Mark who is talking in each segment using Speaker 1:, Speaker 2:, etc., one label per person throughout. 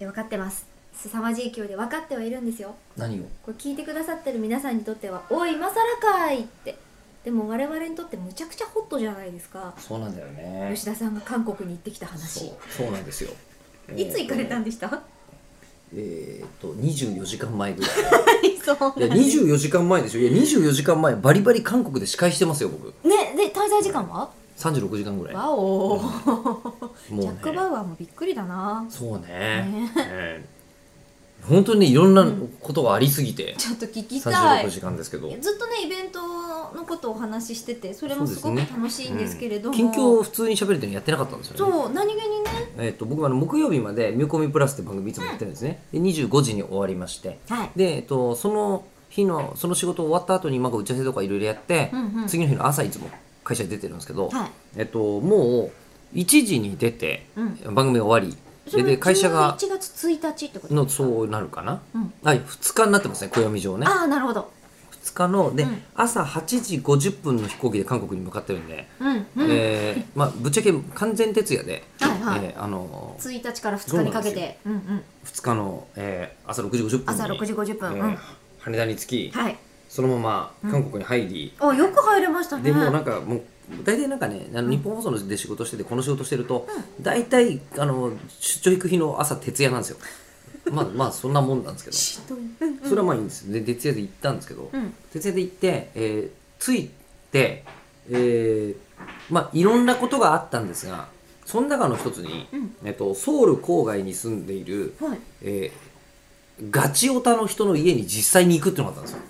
Speaker 1: え分かってます凄まじい勢いで分かってはいるんですよ
Speaker 2: 何を
Speaker 1: これ聞いてくださってる皆さんにとっては「おい今更かい!」ってでも我々にとってむちゃくちゃホットじゃないですか
Speaker 2: そうなんだよね
Speaker 1: 吉田さんが韓国に行ってきた
Speaker 2: そう
Speaker 1: 話
Speaker 2: そうなんですよ
Speaker 1: いつ行かれたん
Speaker 2: で
Speaker 1: でした
Speaker 2: えーっと24時間前ぐらい
Speaker 1: そう
Speaker 2: いや24時間前ですよいや24時間前バリバリ韓国で司会してますよ僕
Speaker 1: ねで滞在時間は
Speaker 2: 36時間ぐらいも
Speaker 1: わお
Speaker 2: う
Speaker 1: ジ
Speaker 2: ね
Speaker 1: ャック・バウアーもびっくりだな
Speaker 2: そうね
Speaker 1: ね
Speaker 2: ええ本当にねいろんなことがありすぎて、
Speaker 1: ちょっと聞きた
Speaker 2: 36
Speaker 1: い
Speaker 2: 時間ですけど
Speaker 1: ずっとねイベントのことをお話ししててそれもすごく楽しいんですけれども、
Speaker 2: 近況を普通に喋るっていうのやってなかったんですよね
Speaker 1: そう何気にね
Speaker 2: えっと僕はあの木曜日まで「ミュコミプラス」って番組いつもやってるんですね、で25時に終わりまして
Speaker 1: はい
Speaker 2: で、えっと、その日のその仕事終わった後にまあ打ち合わせとかいろいろやって、
Speaker 1: うんうん
Speaker 2: 次の日の朝いつも会社に出てるんですけど、
Speaker 1: はい
Speaker 2: えっと、もう1時に出て、
Speaker 1: う
Speaker 2: 番組終わり
Speaker 1: そ
Speaker 2: で
Speaker 1: れ
Speaker 2: で会社が
Speaker 1: 1月1日ってこと
Speaker 2: のそうなるかな、
Speaker 1: うん
Speaker 2: はい2日になってますね暦上ね
Speaker 1: ああなるほど
Speaker 2: 2日ので、
Speaker 1: うん
Speaker 2: 朝8時50分の飛行機で韓国に向かってるんで、
Speaker 1: うんうん、
Speaker 2: えーまあ、ぶっちゃけ完全徹夜で、
Speaker 1: はいはい、
Speaker 2: えーあのー
Speaker 1: 1日から2日にかけてうんうん
Speaker 2: 2日の、えー朝6時50分に
Speaker 1: 朝6時50分、
Speaker 2: え
Speaker 1: う
Speaker 2: ー
Speaker 1: ん
Speaker 2: 羽田に着き、
Speaker 1: はい
Speaker 2: そのまま韓国に入り、
Speaker 1: あよく入れましたね
Speaker 2: でもうなんかもう大体なんかねあの日本放送で仕事しててこの仕事してると大体あの出張行く日の朝徹夜なんですよまあまあそんなもんなんですけど
Speaker 1: しどいうん
Speaker 2: それはまあいいんですで徹夜で行ったんですけど、
Speaker 1: うん
Speaker 2: 徹夜で行って、えー着いて、えーまあいろんなことがあったんですがその中の一つに、
Speaker 1: うん
Speaker 2: えっと、ソウル郊外に住んでいる、
Speaker 1: はい
Speaker 2: えーガチオタの人の家に実際に行くっていうのがあったんですよ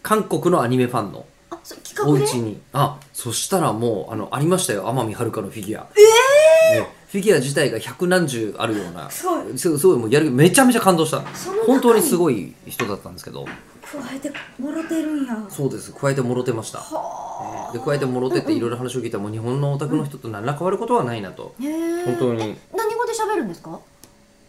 Speaker 2: 韓国のアニメファンの
Speaker 1: あそう
Speaker 2: お
Speaker 1: 企画
Speaker 2: 家
Speaker 1: で
Speaker 2: にあそしたらもうあのありましたよ天海遥のフィギュアえフィギュア自体が百何十あるような
Speaker 1: すごい
Speaker 2: すすごいもうやるめちゃめちゃ感動した
Speaker 1: その中に
Speaker 2: 本当にすごい人だったんですけど
Speaker 1: 加えてもろてるんや
Speaker 2: そうです加えてもろてました
Speaker 1: はあ
Speaker 2: で加えてもろてっていろいろ話を聞いたらもう日本のオタクの人と何ら変わることはないなと
Speaker 1: へえ
Speaker 2: 本当に
Speaker 1: 何語で喋るんですか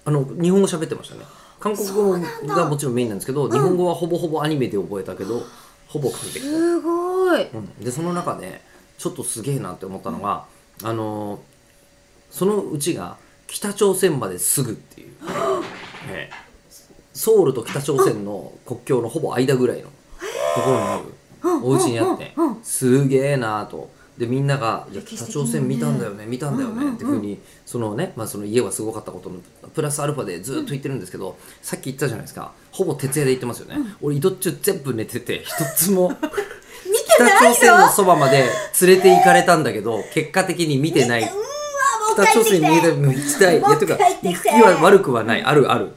Speaker 2: あの日本語喋ってましたね韓国
Speaker 1: そ
Speaker 2: 語
Speaker 1: うなんだ
Speaker 2: がもちろんメインなんですけど、日本語はほぼほぼアニメで覚えたけどほぼ完璧
Speaker 1: すごい
Speaker 2: うんでその中でちょっとすげえなって思ったのが、あのーそのうちが北朝鮮まですぐっていう、ええソウルと北朝鮮の国境のほぼ間ぐらいのところにあるお家にあって
Speaker 1: うんうんうん
Speaker 2: すげえなと。でみんなが「いや
Speaker 1: 歴
Speaker 2: 北
Speaker 1: 史的
Speaker 2: 朝鮮見たんだよ
Speaker 1: だ
Speaker 2: ね見たんだよ
Speaker 1: うんうんう
Speaker 2: ね」
Speaker 1: ん
Speaker 2: っていうふうにそのねまあその家はすごかったことのプラスアルファでずっと言ってるんですけどさっき言ったじゃないですかほぼ徹夜で言ってますよね俺移動中全部寝てて一つも
Speaker 1: 見て
Speaker 2: 北
Speaker 1: ない
Speaker 2: 朝鮮
Speaker 1: の
Speaker 2: のそばまで連れて行かれたんだけど、結果的に見てな
Speaker 1: う
Speaker 2: い
Speaker 1: わもう
Speaker 2: 北
Speaker 1: 帰
Speaker 2: 朝
Speaker 1: ってき
Speaker 2: 鮮に
Speaker 1: て
Speaker 2: 行きたいいやという
Speaker 1: も
Speaker 2: か
Speaker 1: う帰って
Speaker 2: 行
Speaker 1: き
Speaker 2: く
Speaker 1: て
Speaker 2: 気は悪くはないあるある